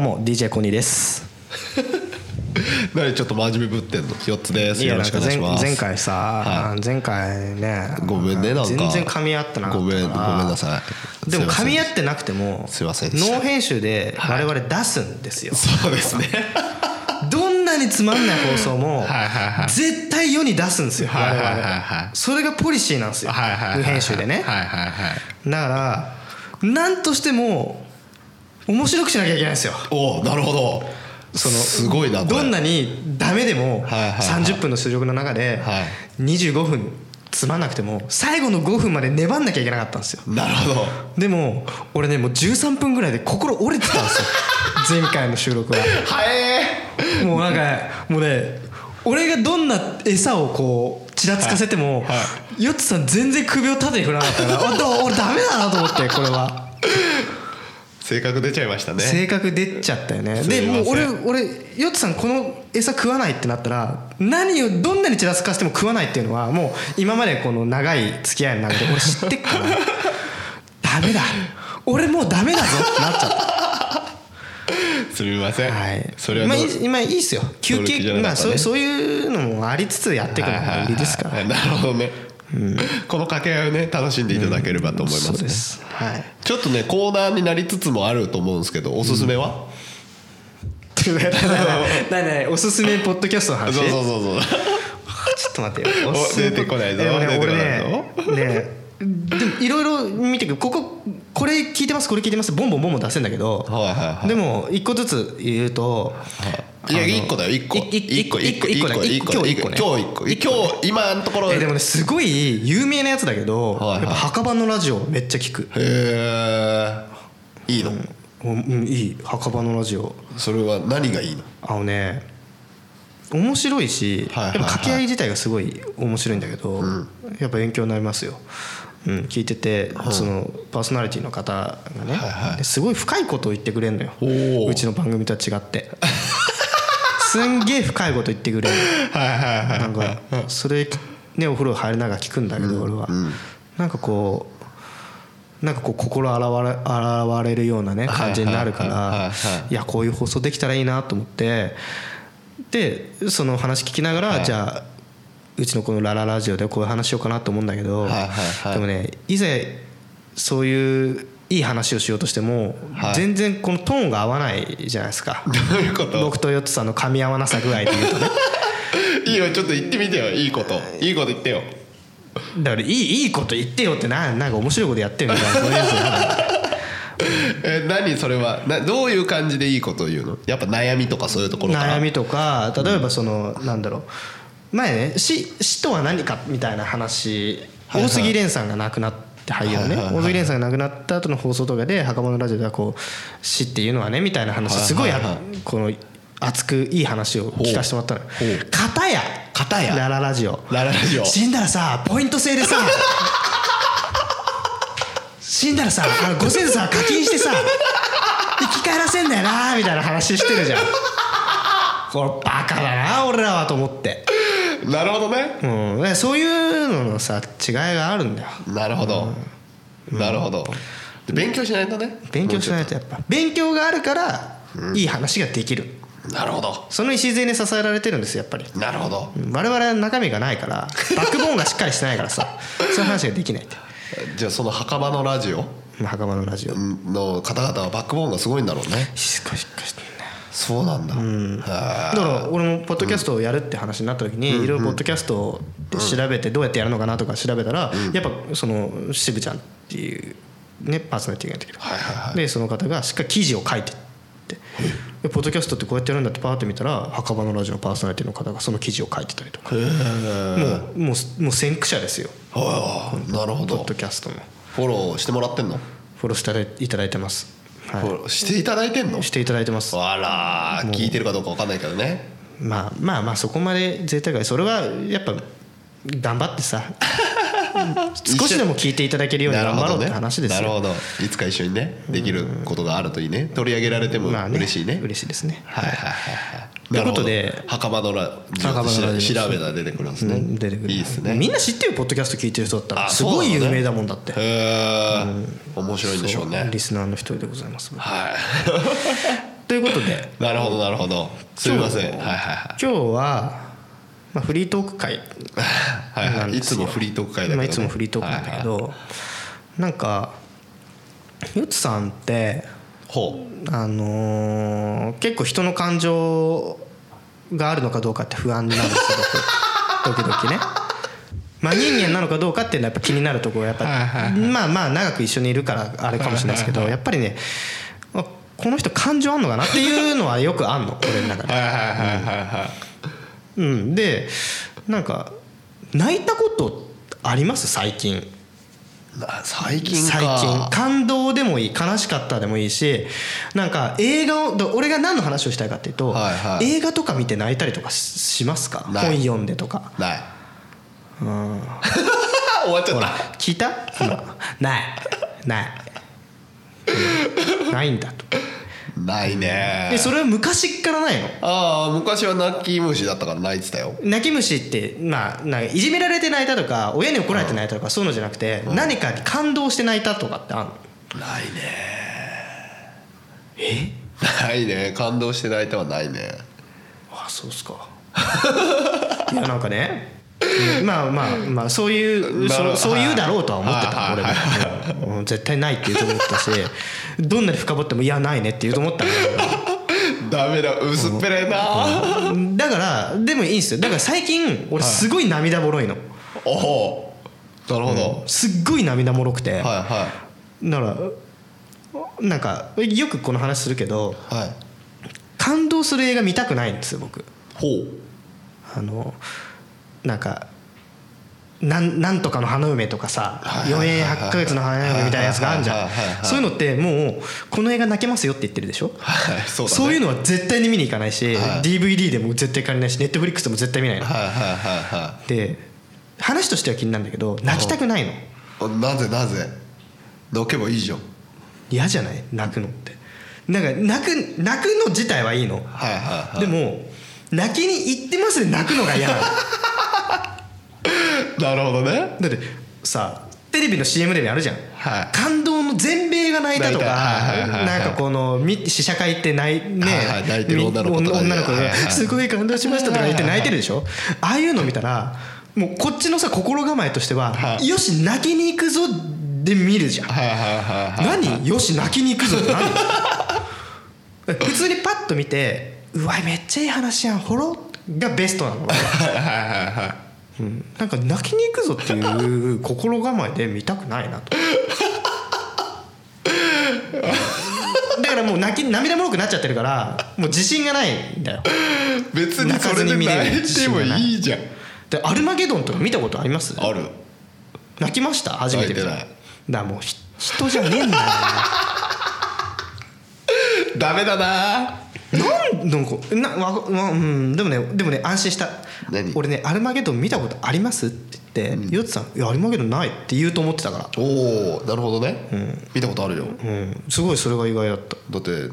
の DJ コニーです何ちょっと真面目ぶってんの4つですよろしくお願いします前前回さ、は前回ねごめんねなんか全然噛み合ってなかったからごめんごめんなさいでもすいませ噛んみ合ってなくてもすいませんでした脳編集で我々出すんですよ、そうですねどんなにつまんない放送も はいはいはい絶対世に出すんですよ我はい々はいはいはいそれがポリシーなんですよはいはいはい無編集でねだはかいはいはいら何としても面白くしなきゃいけないんですよおおなるほどそのすごいなこれどんなにダメでもはいはいはい30分の出力の中ではい25分つまんなくても最後の5分まで粘んなきゃいけなかったんですよなるほどでも俺ねもう13分ぐらいで心折れてたんです よ前回の収録ははえもうなんかもうね俺がどんな餌をこうちらつかせても、はいはヨッツさん全然首を縦に振らなかったからあどう俺ダメだなと思ってこれは性格出ちゃいましたね性格出ちゃったよねすいませでんもう俺俺ヨッツさんこの餌食わないってなったら何をどんなにちらつかせても食わないっていうのはもう今までこの長い付き合いの中 で俺知ってっからダメだ俺もうダメだぞってなっちゃったすみませんはい、そ れはまあ、どういい今いいっすよ休努力じゃ憩、なまかあったそうねそういうのもありつつやっていくのはいはいがはい売りですから、なるほどねこの掛け合いをね楽しんでいただければと思いますそうねですはいちょっとねコーナーになりつつもあると思うんですけどおすすめは ないないおすすめポッドキャストのそう話そうそうそうちょっと待 ってよおすすめ出てこないぞでもね出てこ俺ないぞねねでもいろいろ見てくるこここれ聞いてますこれ聞いてますボンボンボンボン出せんだけど、はいはいはいでも一個ずつ言うと、いやあの一個だよ一個いい一個一一個個一個だ一個今日一一個個ね今日一個今日今のところえでもねすごい有名なやつだけど、はいはいやっぱ墓場のラジオめっちゃ聞くへえいいのうんうんいい墓場のラジオそれは何がいいのあのね面白いし、はいはいはいやっぱ掛け合い自体がすごい面白いんだけど、やっぱ勉強になりますよ、うん、聞いてて、そのパーソナリティの方がね、はいはいですごい深いことを言ってくれるのよおーうちの番組とは違って すんげえ深いこと言ってくれるはいはいはなんかそれねお風呂入りながら聞くんだけど俺は、なんかこうなんかこう心洗われ洗われるようなねはいはい感じになるかはいはいらはいやこういう放送できたらいいなと思ってでその話聞きながら、はいじゃあうちのこの「ラララジオ」でこういう話しようかなと思うんだけど、はいはいはいでもね以前そういういい話をしようとしても、はい全然このトーンが合わないじゃないですか どういうこと僕とヨッツさんの噛み合わなさ具合でいうとねいいよちょっと言ってみてよいいこといいこと言ってよだからいいいいこと言ってよってななんか面白いことやってるみたいなそういうやつだなえ何それはなどういう感じでいいことを言うのやっぱ悩みとかそういうところ から悩みとか例えばその、なんだろう前ね死死とは何かみたいな話、はいはい大杉蓮さんが亡くなって俳優のね、はいはいはい大杉蓮さんが亡くなった後の放送とかで「袴のラジオ」ではこう死っていうのはねみたいな話すごい,、はいはいはいこの熱くいい話を聞かせてもらったのよほうほう片や片やラララジオラララジオ死んだらさポイント制でさ死んだらさあのご先祖さん課金してさ生き返らせんだよなみたいな話してるじゃんこれバカだな俺らはと思って、なるほどねうん、ねそういうののさ違いがあるんだよなるほど、なるほどで勉強しないとね勉強しないとやっぱ勉強があるからいい話ができるなるほどその礎に支えられてるんですよやっぱりなるほどうん我々は中身がないからバックボーンがしっかりしてないからさそういう話ができないんだよじゃあその墓場のラジオまあ墓場のラジオの方々はバックボーンがすごいんだろうねしっかりしっかりしてるねそうなんだ、はだから俺もポッドキャストをやるって話になった時にいろいろポッドキャストで調べてどうやってやるのかなとか調べたらやっぱその渋ちゃんっていうねパーソナリティがやってるいはいはでその方がしっかり記事を書いてってでポッドキャストってこうやってやるんだってパーって見たら墓場のラジオのパーソナリティの方がその記事を書いてたりとかいへえもうもうもう先駆者ですよはいなるほポッどドキャストのフォローしてもらってんの、フォローしていただいてますはフォローしていただいてんのいしていただいてますあらー聞いてるかどうかわかんないけどねまあまあまあそこまで贅沢がそれはやっぱ頑張って さ少しでも聞いていただけるようになる頑ほ張ろうどっねて話ですなるよ、ほどいつか一緒にねできることがあるといいね取り上げられてもまあね嬉しいね嬉しいですねはいはいはいはいということでなるほど墓場のラジ墓場のオラでジオ調べたら出てくるんですね、うん出てくるいいですねみんな知ってるポッドキャスト聞いてる人だったらあすごいそうだ有ね名だもんだってへえ面白いんでしょうねリスナーの一人でございますはいということでなるほどなるほどすみませんはいはいは今日は、まあ、フリートーク会いはいなはんいいですつよもフリートーク会だけど、まあね、いつもフリートークなんだけど、はいはいなんかヨッツさんってほうあのー結構人の感情があるのかどうかって不安なんですよ 僕時々ね。まあ、人間なのかどうかっていうのはやっぱ気になるところやっぱ、はいはいはまあまあ長く一緒にいるからあれかもしれないですけど、やっぱりねあこの人感情あんのかなっていうのはよくあ んの俺の中で。はいはいはいはいはいうん、でなんか泣いたことあります最近な最近か最近感動でもいい悲しかったでもいいしなんか映画をだ俺が何の話をしたいかっていうと、はいはい映画とか見て泣いたりとかししますかない本読んでとかないうん終わっちゃほっらた聞いた 今ないない、うんないんだ とないねでそれは昔っからないのああ昔は泣き虫だったから泣いてたよ泣き虫ってまあなんかいじめられて泣いたとか親に怒られて泣いたとかそういうのじゃなくて何かに感動して泣いたとかってあんのないねえないね感動して泣いたはないねあそうっすか いやなんかね まあまあまあそういうなるほそどそういうだろうとは思ってたはい俺はいもうんうん絶対ないって言うと思ったしどんなに深掘ってもいやないねって言うと思ったんだけどダメだ薄っぺらいな だからでもいいんですよだから最近俺すごい涙もろいのおおーなるほど、すっごい涙もろくてはいはならなんかよくこの話するけどいはい感動する映画見たくないんですよ僕ほうあのなんかなんなんとかの花嫁とかさはいは4いはいはい円8ヶ月の花嫁みたいなやつがあるじはゃいんはいはいはいそういうのってもうこの映画泣けますよって言ってるでしょはいそうだねそういうののは絶対に見に行かないしはい DVD でも絶対借りないし Netflix でも絶対見ないのはいはいはで話としては気になるんだけど泣きたくないのいはいなぜなぜどけばいいじゃん嫌じゃない泣くのってなんか泣く泣くの自体はいいのはいはいはいでも泣きに行ってますで泣くのが嫌なのなるほどねだってさテレビの CM でもあるじゃん、はい感動の全米が泣いたとか、泣いたはいはいはいはいなんかこのみ試写会って泣い,、ねはいはい泣いてる女の子とかみね女の子が、はいはいすごい感動しました」とか言って泣いてるでしょ、ああいうの見たらもうこっちのさ心構えとしては「はいよし泣きに行くぞ」で見るじゃん、はいはいはいはい何よし泣きに行くぞって何 普通にパッと見て「うわめっちゃいい話やんほろ」がベストなのはいはいはいはいうんなんか泣きに行くぞっていう心構えで見たくないな と。だからもう泣き涙もろくなっちゃってるからもう自信がないんだよ別にそれで泣いてもいいじゃんでアルマゲドンとか見たことありますある泣きました初めて見た泣いだてかないらもうひ人じゃねえんだダメだなよなんなんかなわわうんでもねでもね安心した何俺ねアルマゲドン見たことありますって言って、ヨッツさん「いやアルマゲドンない」って言うと思ってたからおおなるほどね、見たことあるようんすごいそれが意外だっただって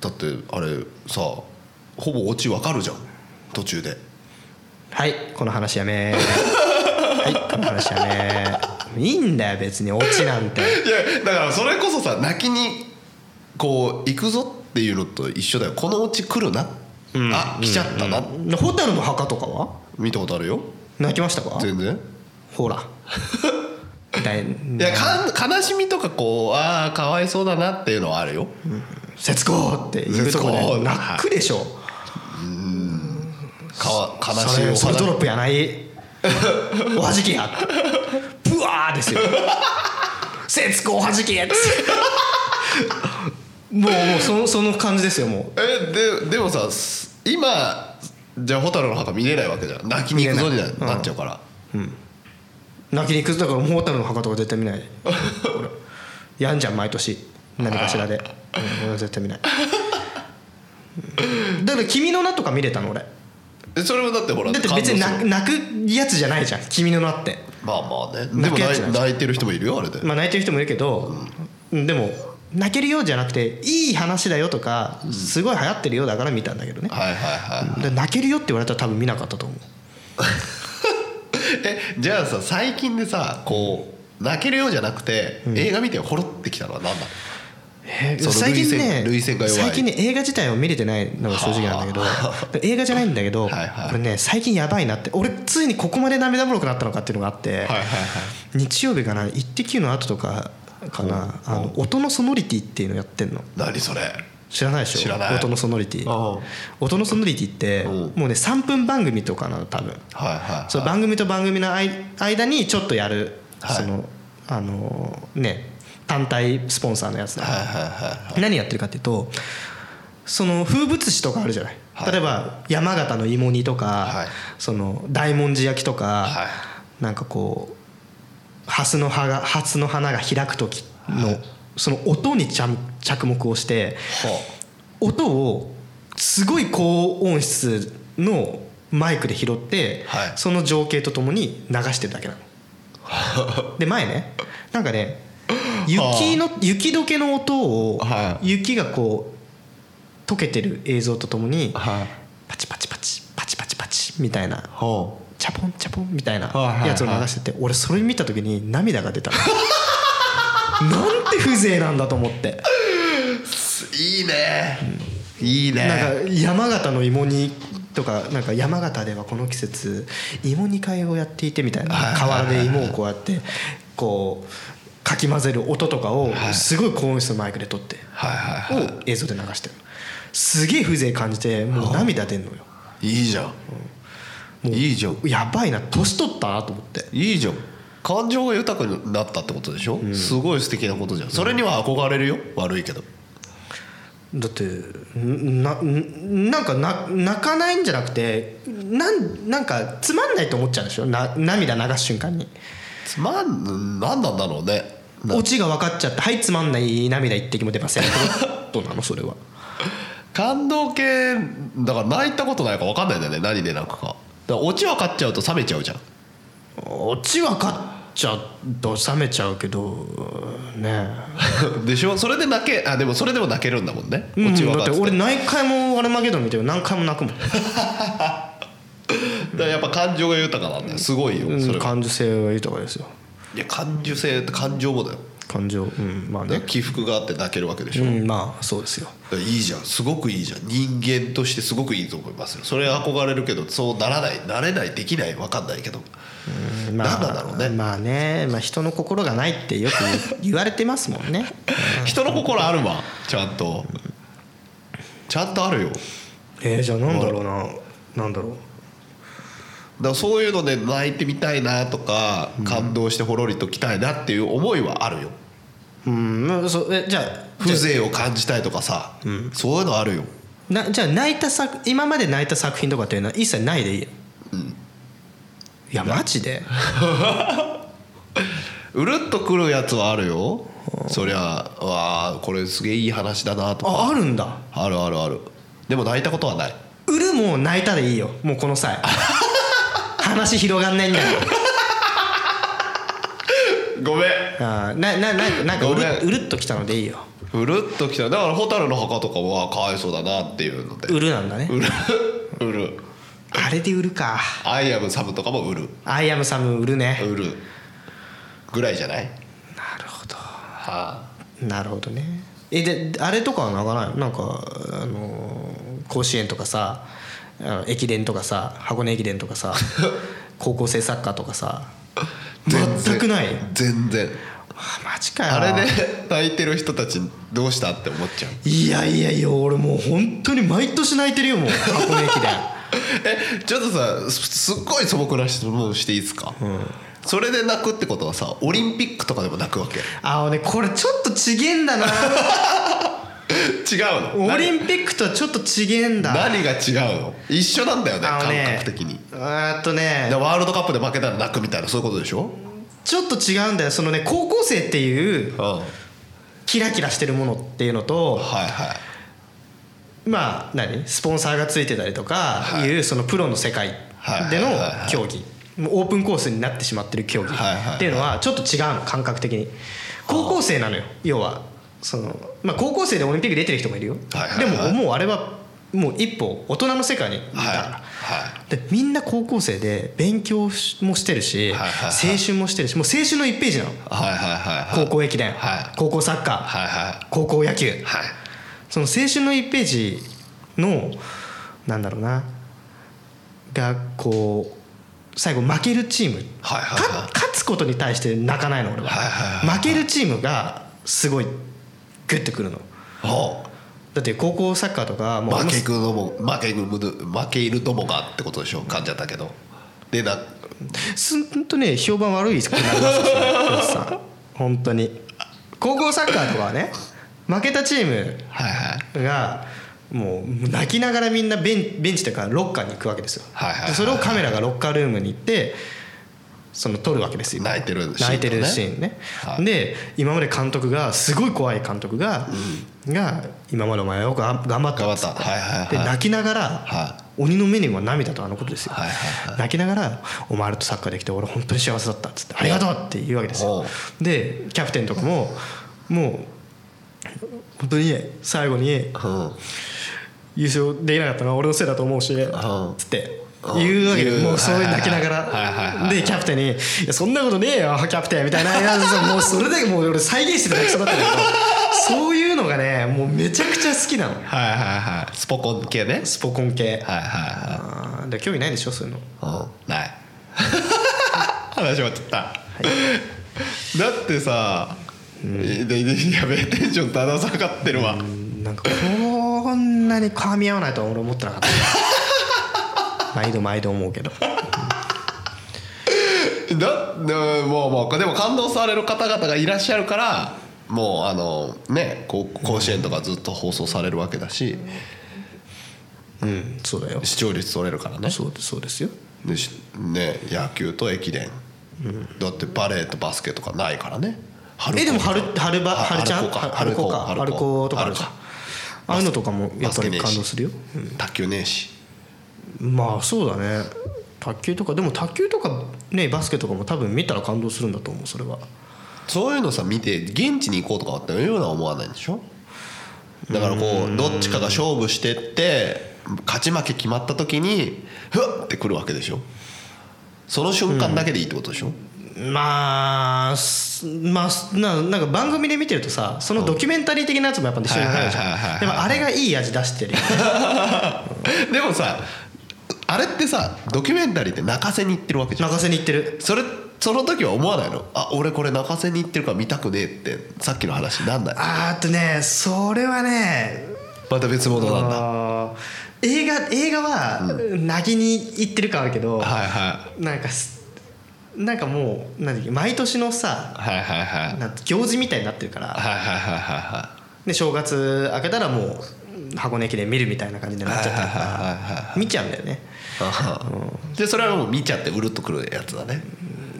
だってあれさほぼオチわかるじゃん途中ではいこの話や めーはいこの話やめーいいんだよ別にオチなんていやだからそれこそさ泣きにこう行くぞっていうのと一緒だよこのオチ来るな、あ来ちゃったな、蛍の墓とかは見たことあるよ泣きましたか全然ほらだいいやかん悲しみとかこうああかわいそうだなっていうのはあるよ、節子っていうとこ節で子泣くでしょかわ悲そしいれおソル話トロップやないおはじきやブワーですよ節子おはじきやつ もうもうそのその感じですよもうえででもさす今じゃあ蛍の墓見れないわけじゃん泣きに行くぞにななっちゃうから、泣きにくずだからホタルの墓とか絶対見 ない俺やんじゃん毎年何かし らで、うん、俺は絶対見ないうんだから「君の名」とか見れたの俺だえそれもだってほらって別に感動す泣る泣くやつじゃないじゃん「君の名」ってまあまあねで泣もくやつ泣い泣いてる人もいるよあれで、まあ泣いてる人もいるけど、でも泣けるようじゃなくていい話だよとかすごい流行ってるようだから見たんだけどね、はいはいはいだから泣けるよって言われたら多分見なかったと思うえじゃあさ最近でさこう泣けるようじゃなくて、映画見てほろってきたのは何なのへーその最近ね類腺類腺が弱い最近ね映画自体を見れてないのが正直なんだけどは映画じゃないんだけどはいはい俺ね最近やばいなって俺ついにここまで涙もろくなったのかっていうのがあってはいはいはい日曜日かな「イッテ Q!」の後とかかなあの音のソノリティっていうのやってんの何それ知らないでしょ知らない音のソノリティはい音のソノリティってうんもうね3分番組とかなの多分はいはいその番組と番組のあい間にちょっとやるはいそのあのね単体スポンサーのやつなのはいはいはい何やってるかっていうとその風物詩とかあるじゃない、はい例えば山形の芋煮とか、はいその大文字焼きとか、はいなんかこう蓮の葉が蓮の花が開く時の、はいその音にちゃん着目をしてほ音をすごい高音質のマイクで拾って、はいその情景とともに流してるだけな の。で前ねなんかね雪の雪解けの音をは雪がこう溶けてる映像とともにうはいパチパチパチパチパチパチみたいなほチャポンチャポンみたいなはいはいはいやつを流してて俺それ見た時に涙が出 たのなんて風情なんだと思って。ういいねいいねなんか山形の芋煮とかなんか山形ではこの季節芋煮会をやっていてみたいなはい河原で芋をこうやってこうかき混ぜる音とかをはいすごい高音質のマイクで撮ってはいはいはを映像で流してるすげえ風情感じてもう涙出んのよいいいじゃんもういいじゃんやばいな年取ったなと思っていいじゃん感情が豊かになったってことでしょ、すごい素敵なことじゃんそれには憧れるよ悪いけどだってんなんなんかな泣かないんじゃなくてなんなんかつまんないと思っちゃうんでしょな涙流す瞬間に。つまん何なんだろうねなオチが分かっちゃって「はいつまんない涙一滴も出ません」 どうなのそれは感動系だから泣いたことないから分かんないんだよね何で泣くかだからオチ分かっちゃうと冷めちゃうじゃんオチ分かっちゃうと冷めちゃうけどね でしょそれで泣けあでもそれでも泣けるんだもんねえオチ分だかっってて俺何回も「アルマゲドン」見ても何回も泣くもんだからやっぱ感情が豊かなんだよすごいよそれは感受性は豊かですよいや感受性って感情もだよ感情うんまあねね起伏があって泣けるわけでしうょ、んまあそうですよいやいいじゃんすごくいいじゃん人間としてすごくいいと思いますよそれ憧れるけどそうならないなれないできない分かんないけどうんまあ何なんだろうねまあね、まあ、人の心がないってよく言言われてますもんね人の心あるわちゃんとちゃんとあるよだか えー、じゃあなんだろうななんだろうらそういうので泣いてみたいなとか感動してほろりときたいなっていう思いはあるようんそえじゃあ風情を感じたいとかさ、そういうのあるよなじゃあ泣いた作今まで泣いた作品とかっていうのは一切ないでいいよ、いやマジでうるっとくるやつはあるよそりゃわあこれすげえいい話だなとかああるんだあるあるあるでも泣いたことはないうるも泣いたでいいよもうこの 際話広がんないんだからごめんあーななななんかうごめんるうるっときたのでいいようるっときただから蛍の墓とかはかわいそうだなっていうのでうるなんだねうるうるあれでうるかアイアムサムとかもうるアイアムサムうるねうるぐらいじゃないなるほどはなるほどねえであれとかは泣かないのなんかあのー甲子園とかさあの駅伝とかさ箱根駅伝とか さ高校生サッカーとかさ全くない全然あマジかよあれで泣いてる人たちどうしたって思っちゃういやいやいや俺もう本当に毎年泣いてるよもう箱根駅伝えちょっとさすすっごい素朴な質問していいですか、それで泣くってことはさオリンピックとかでも泣くわけ あ俺これちょっとちげん だな違うのオリンピックとはちょっとちげんだ何何が違うの一緒なんだよねあ感のね覚的にあーっとでねワールドカップで負けたら泣くみたいなそういうことでしょ、ちょっと違うんだよそのね高校生っていううん、はいキラキラしてるものっていうのとはいまあ何スポンサーがついてたりとかはいいうそのプロの世界でのはいはいはいはい競技もうオープンコースになってしまってる競技はいはいはいっていうのはちょっと違うの感覚的に高校生なのよ要はそのまあ高校生でオリンピック出てる人もいるよはいはいではいももうあれはもう一歩大人の世界にだはいかはでみんな高校生で勉強もしてるし、はいはいはい青春もしてるしもう青春の1ページなのはいはいはい高校駅伝、はい高校サッカー、はいは高校野球、いはいその青春の1ページのなんだろうながこう最後負けるチームはいはいはいか勝つことに対して泣かないの俺は,、はいはいはい負けるチームがすごいグッてくるのほうだって高校サッカーとかもう負けくども負けぐむぬ負けいるどもがってことでしょ噛んじゃったけどでなすんとね評判悪いことになりますよそれ広瀬さん本当に高校サッカーとかはね負けたチーはいはいムがもう泣きながらみんなベンベンチというかロッカーに行くわけですよ、はいはいはいでそれをカメラがロッカールームに行ってその撮るわけですよ泣いてるシーンとね泣いてるシーンね、はいで今まで監督がすごい怖い監督が、が今までお前はよく頑頑張った頑張ったはいはいではい泣きながら、は鬼の目には涙とあのことですよ、はいはいは泣きながら「お前らとサッカーできて俺本当に幸せだった」っつって「ありがとう!」って言うわけですよでキャプテンとかももう本当に最後にうん優勝できなかったのは俺のせいだと思うしんつって言うわけで言うもうそういう泣きながはいはいはいはいらはいでキャプテンに「いやそんなことねえよキャプテン」みたいな「いやもうそれだけもう俺再現してた泣きそうだったんだけどそういうのがねもうめちゃくちゃ好きなのはいはいはいスポコン系ねスポコン系はいはいはいあーで興味ないでしょそういうのうんない話終わっちゃった、だってさ、ででやべえテンションだだ下がってるわ、なんかこんなに噛み合わないとは俺思って なかった毎度毎度思うけどだなもうもうでも感動される方々がいらっしゃるからもうあのねこう甲子園とかずっと放送されるわけだしうんそうだよ視聴率取れるからねそうですそうですよでしね野球と駅伝、だってバレーとバスケとかないからね春高えでも春春ばあ春ちゃん春高かは春子か春春高子とかあるじゃん春ああいうのとかもやっぱりバスケねえし感動するよ卓球ねえしまあそうだね卓球とかでも卓球とかねバスケとかも多分見たら感動するんだと思うそれはそういうのさ見て現地に行こうとかっていうのは思わないんでしょだからこうどっちかが勝負してって勝ち負け決まった時にふわってくるわけでしょその瞬間だけでいいってことでしょ、まあすまあすななんか番組で見てるとさそのドキュメンタリー的なやつもやっぱ一緒に流れるじはいはいはいはゃんいはいでもあれがいい味出 してるよねでもさあれってさドキュメンタリーって泣かせに行ってるわけじゃん泣かせに行ってるそれその時は思わないのあ俺これ泣かせに行ってるから見たくねえってさっきの話なんないあーっとねそれはねまた別物なんだあー映画映画は泣きに行ってるかあるけど、はいはいなんかすなんかもうなんだっけ毎年のさはいはいはいはいなん行事みたいになってるからはいはいはいはいで正月明けたらもう箱根駅伝見るみたいな感じになっちゃったはいはいはいはいから見ちゃうんだよねでそれはもう見ちゃってうるっとくるやつだね、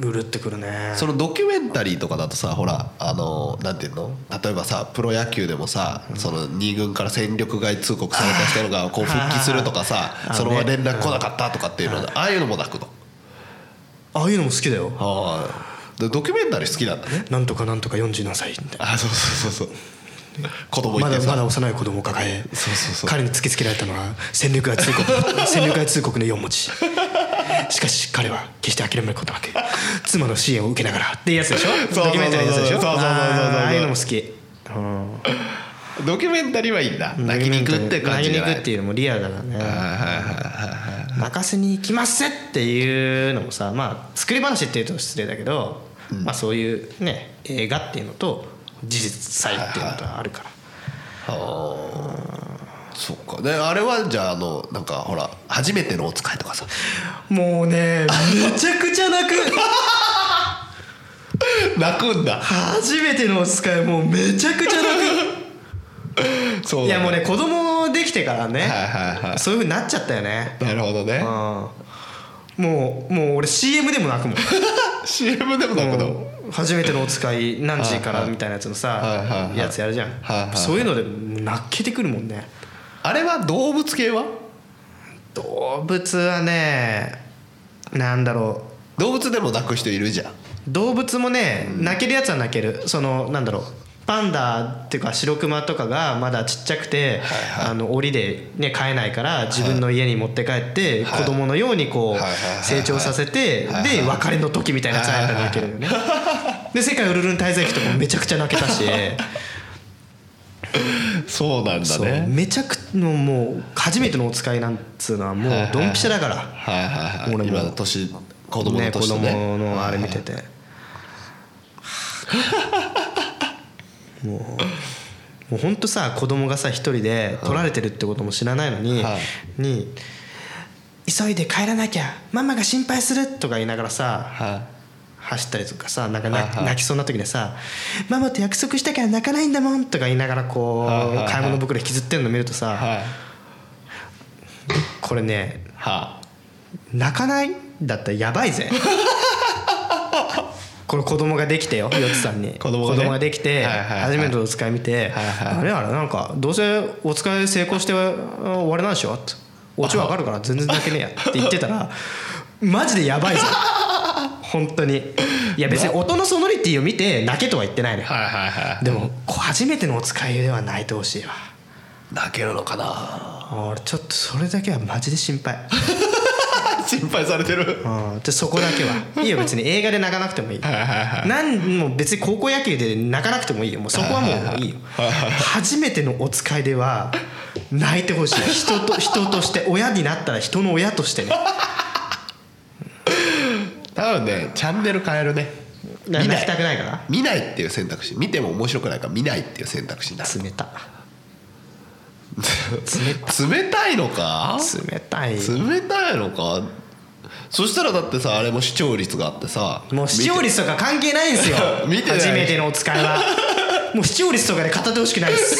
うるってくるねそのドキュメンタリーとかだとさほらあのなんていうの例えばさプロ野球でもさ、その2軍から戦力外通告された人 がこう復帰するとかさあーそのままね連絡来なかったとかっていうのああいうのも泣くのああいうのも好きだよはいでドキュメンタリー好きなんだねなんとかなんとか47歳みたいなあそうそうそうそう子供いまてださまだ幼い子供を抱えそうそうそう彼に突きつけられたのは戦力外通 告戦力外通告の4文字しかし彼は決して諦めることなく妻の支援を受けながらっていうやつでしょそうそうそうそうドキュメンタリーのやつでしょそうそうそうそうそうあーああいうのも好きドキュメンタリーはいいんだ泣きに行くって感じじゃな泣きに行いくっていうのもリアルだからねはいはいはいはい泣かせに行きますっていうのもさまあ作り話っていうと失礼だけど、まあそういうね映画っていうのと事実際っていうのとあるから、ああそうかであれはじゃああのなんかほら初めてのお使いとかさもうねめちゃくちゃ泣く 泣くんだ初めてのお使いもうめちゃくちゃ泣そく ういだやもうね子供できてからね、はいはいはいそういうふうになっちゃったよねなるほどねうんもうもう俺 CM でも泣くもん CM でも泣くのうん初めてのお使い何時からみたいなやつのはいはいさはいやつやるじゃはいはんいそういうので泣けてくるもんねあれは動物系は動物はねなんだろう動物でも泣く人いるじゃん動物もね泣けるやつは泣けるそのなんだろうパンダっていうか白クマとかがまだちっちゃくて、はいはいあの檻で、ね、飼えないから自分の家に持って帰って、子供のようにこはいはいはいはうい成長させて、はいはいで別れの時みたいなやつあったら泣けるよ ね。で世界ウルルン滞在記とかもめちゃくちゃ泣けたし。そうなんだそうねめちゃくのもう初めてのお使いなんつうのはもうドンピシャだから、はいはいはい俺も今の年子供のね年とね子供のあれ見てて、 もうもうほんとさ子供がさ一人で取られてるってことも知らないのに、はに急いで帰らなきゃママが心配するとか言いながらさは走ったりとかさなんかなはいはい泣きそうな時にさ「ママと約束したから泣かないんだもん」とか言いながらこはいはいはうい買い物袋引きずってんの見るといさはいこれねは泣かないだったらやばい ぜこれ子供ができてよよつさんに子供がねできてはいはいはい初めてのお使い見て、はいはいあれあれなんかどうせお使い成功して終わりなんでしょとオチわかるから全然泣けねえやって言ってた らマジでやばいぞ本当にいや別に音のソノリティを見て泣けとは言ってないのよはいはいはでもこう初めてのお使いでは泣いてほしいわい泣けるのかな俺ちょっとそれだけはマジで心配 心配されてるうんでそこだけ はいいよ別に映画で泣かなくてもいいはいはいはいなんもう別に高校野球で泣かなくてもいいよもうそこはもういいよ初めてのお使いでは泣いてほしい人と人として親になったら人の親としてね多分ねチャンネル変えるね見な泣いきたくないから見ないっていう選択肢見ても面白くないから見ないっていう選択肢になる冷た冷たいのか 冷たい冷たいのかそしたらだってさあれも視聴率があってさもう視聴率とか関係ないんですよ見てない初めてのお使いはもう視聴率とかで語ってほしくないです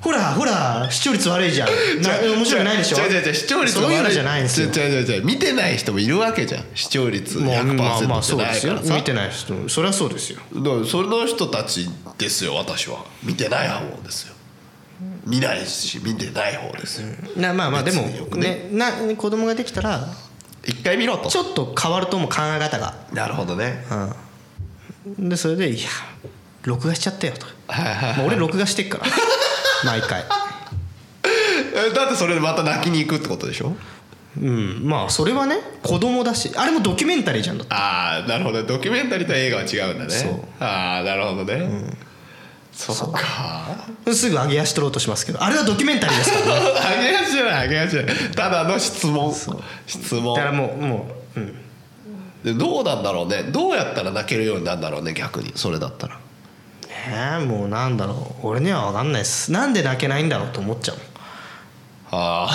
ほらほら視聴率悪いじゃんな面白くないでしょ違う違う違う視聴率がそう悪いうのじゃないんですよ違う違う違う見てない人もいるわけじゃん視聴率まあ100%まあまあじそゃうでないすかよらさ見てない人もそれはそうですよだからその人たちですよ私は見てない方ですよ見ないし見てない方ですよなまあまあで別もによくねねな子供ができたら一回見ろとちょっと変わると思う考え方がなるほどねでそれで「いや録画しちゃったよ」とはいはいもう俺録画してっから毎回えだってそれでまた泣きに行くってことでしょうんまあそれはね子供だしあれもドキュメンタリーじゃんだってああなるほどドキュメンタリーと映画は違うんだねそうああなるほどね、そっかすぐ上げ足取ろうとしますけどあれはドキュメンタリーです からねあげがちじゃないあげがちじゃないただの質問質問だからもうもううんでどうなんだろうねどうやったら泣けるようになるんだろうね逆にそれだったらねえもうなんだろう俺には分かんないっすなんで泣けないんだろうと思っちゃうもんあ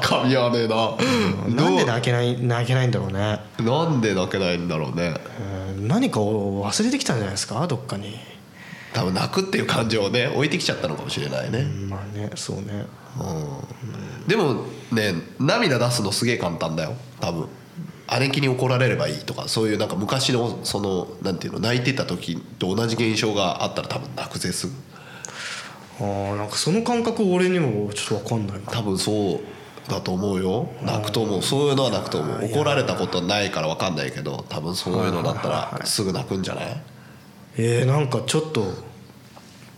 あ噛み合わねえななんでど泣けない泣けないんだろうねうなんで泣けないんだろうねうん何かを忘れてきたんじゃないですかどっかに多分泣くっていう感情をね置いてきちゃったのかもしれないね、まあねそうねでもね涙出すのすげえ簡単だよ多分姉貴に怒られればいいとかそういうなんか昔のそのなんていうの泣いてた時と同じ現象があったら多分泣くぜすぐあーなんかその感覚俺にもちょっと分かんないな多分そうだと思うよ泣くと思うそういうのは泣くと思う怒られたことはないから分かんないけど多分そういうのだったらすぐ泣くんじゃないえー、なんかちょっと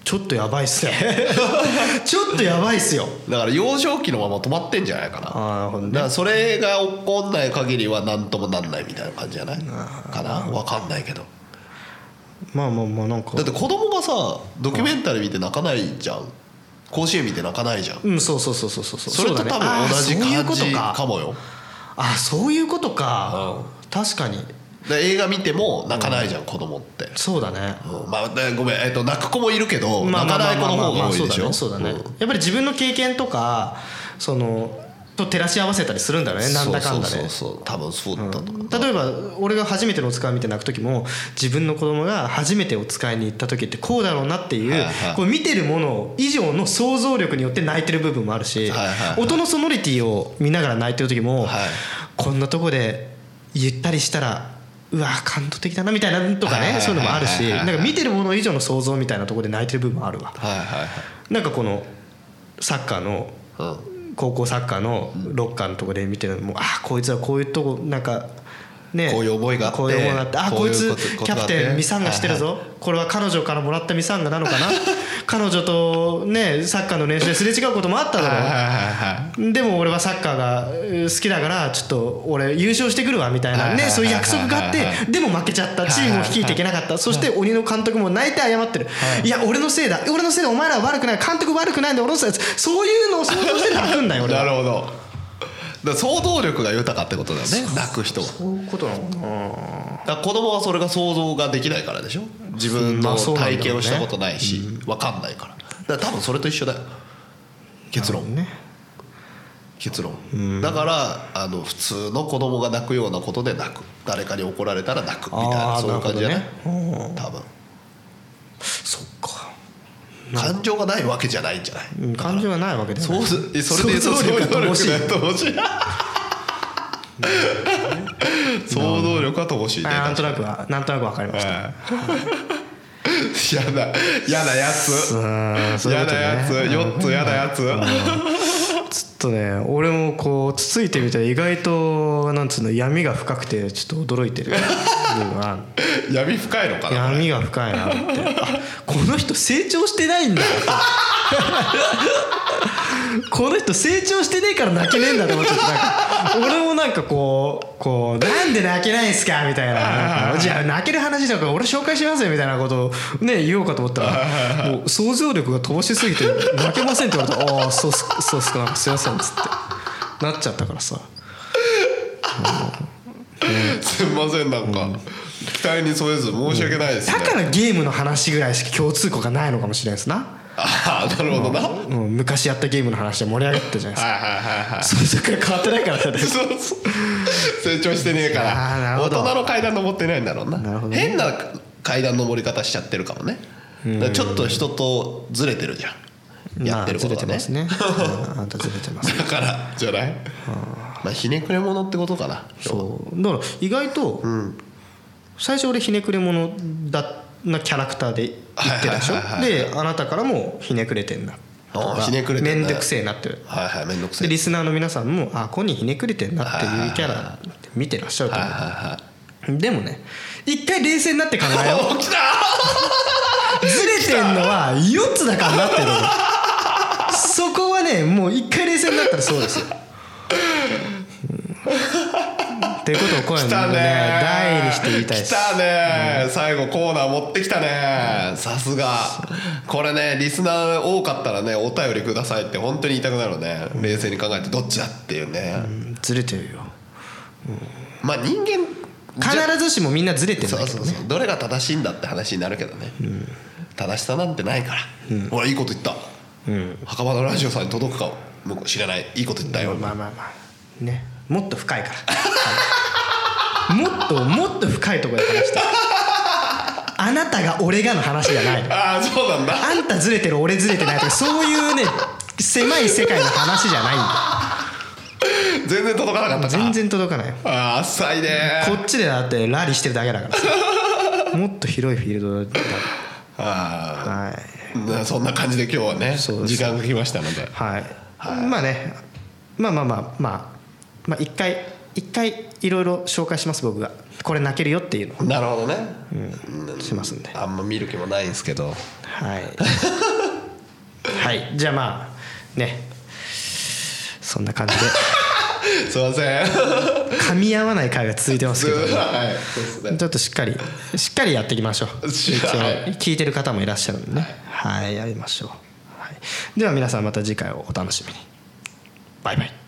ちょっとやばいっすね ちょっとやばいっすよだから幼少期のまま止まってんじゃないかなあーなるほどねだからそれが起こんない限りは何ともなんないみたいな感じじゃないかな分かんないけどまあまあまあなんかだって子供がさドキュメンタリー見て泣かないじゃん甲子園見て泣かないじゃんうんそうそうそうそうそうそれとうだね多分あー同じそういう感ことじかかもよあそういうことか確かにだから映画見ても泣かないじゃん子供ってそうだねうんまあだごめんえっと泣く子もいるけどまあ泣まかあなまあい子まのあまあ方が多いでしょそうだねそうだねんやっぱり自分の経験とかそのと照らし合わせたりするんだろうねなんだかんだそうねそうそう多分そうだと思う例えば俺が初めてのお使いを見て泣く時も自分の子供が初めてお使いに行った時ってこうだろうなっていう、はいはいこう見てるもの以上の想像力によって泣いてる部分もあるし、はいはいはい音のソノリティを見ながら泣いてる時も、はいこんなとこでゆったりしたら。うわ感動的だなみたいなとかはいねはいはいはいそういうのもあるしはいはいなんか見てるもの以上の想像みたいなところで泣いてる部分もあるわはいはいなんかこのサッカーのはい高校サッカーのロッカーのとこで見てるのもああこいつはこういうとこなんかねこういう覚えがあってこういう思いがあってあここういいうつことことキャプがあっテてンミサンガしてるぞ、これは彼女からもらったミサンガなの かな彼女とねサッカーの練習ですれ違うこともあっただろう、はでも俺はサッカーがえー好きだからちょっと俺優勝してくるわみたいはいなはいねはいそういう約束があっはいはいはてでも負けちゃったチームを率いていけなかったそして鬼の監督も泣いて謝ってるいや俺のせいだ俺のせいだお前らは悪くない監督悪くないんだ俺のせいだそういうのを想像して泣くんだよいはい俺なはるほどだから想像力が豊かってことだよね泣く人はそういうことなのかなだから子供はそれが想像ができないからでしょ自分まのあそうなんだろうね体験をしたことないし分かんないからだから多分それと一緒だよ結論ね結論だからあの普通の子供が泣くようなことで泣く誰かに怒られたら泣くみたいあなーそういう感じじゃないなるほどね多分そっか感情がないわけじゃないんじゃないうん感情がないわけだよそうねすえそれで言うと想像力が乏しい想像力が乏しい 想像力は乏しいねあーなんとなくはなんとなくわかりました 嫌だ嫌なやつうんそういう嫌ことねなやつ4つ嫌なやつちょっとね俺もこうつついてみたら意外となんつうの闇が深くてちょっと驚いてる部分は 闇深いのかな闇が深いなって あこの人成長して ないんだこの人成長してねえから泣けねえんだと思ってなんか俺もなんかこうこうなんで泣けないんすかみたいななんかじゃあ泣ける話だから俺紹介しますよみたいなことをね言おうかと思ったらもう想像力が乏しすぎて泣けませんって言われたら「ああそうっすそうっすかなんかすいません」っつってなっちゃったからさすいませんなんか期待に添えず申し訳ないですねだからゲームの話ぐらいしか共通項がないのかもしれないですな、ああなるほどなはいうん、昔やったゲームの話で盛り上がったじゃないですかはいはいはいそれそれから変わってないからだそうそう成長してねえかあーならる大ほど人の階段登ってないんだろうななるほどね変な階段登り方しちゃってるかもねだからちょっと人とずれてるじゃん やってることまあ、ずれてがますね、ね うん、あんたずれてますだからじゃないまあひねくれ者ってことかなそうだから意外とん最初俺ひねくれ者だなキャラクターで言ってたでしょはいはいはいであなたからもひねくれてんなあーひねくれてんんなくせえなってはいはいめんどくせでえリスナーの皆さんもあコニーひねくれてんなっていうキャラ見てらっしゃるとはい思はいうはいでもね一回冷静になって考えよお来たうずれてんのは4つだからなってるそこはねもう一回冷静になったらそうですよ。うんということを今夜来たもねね大にして言いたいです来たね、最後コーナー持ってきたねさすがこれねリスナー多かったらねお便りくださいって本当に言いたくなるね冷静に考えてどっちだっていうね、ずれてるよまあ人間じゃ必ずしもみんなずれてるんだそけうどそうそうどれが正しいんだって話になるけどね、正しさなんてないから、ほらいいこと言った、袴のラジオさんに届くかも知らないいいこと言ったよ、まあまあまあねもっと深いからもっともっと深いところで話してあなたが俺がの話じゃないのああそうなんだあんたずれてる俺ずれてないとかそういうね狭い世界の話じゃないんだ全然届かなかったか全然届かないよあー浅いねこっちでだってラリーしてるだけだから さもっと広いフィールドだあはいーなそんな感じで今日はねそうです時間が来ましたのではい、まあねまあまあまあまあまあ一回一回いろいろ紹介します僕がこれ泣けるよっていうのをなるほどね、しますんであんま見る気もないんですけど はいはいじゃあまあねそんな感じすいませんで噛み合わない回が続いてますすけいどませんはいそうですねちょっとしっかりしっかりやっていきましょうし一っ応かり聞いてる方もいらっしゃるんでねはいやりましょう、はい、では皆さんまた次回をお楽しみにバイバイ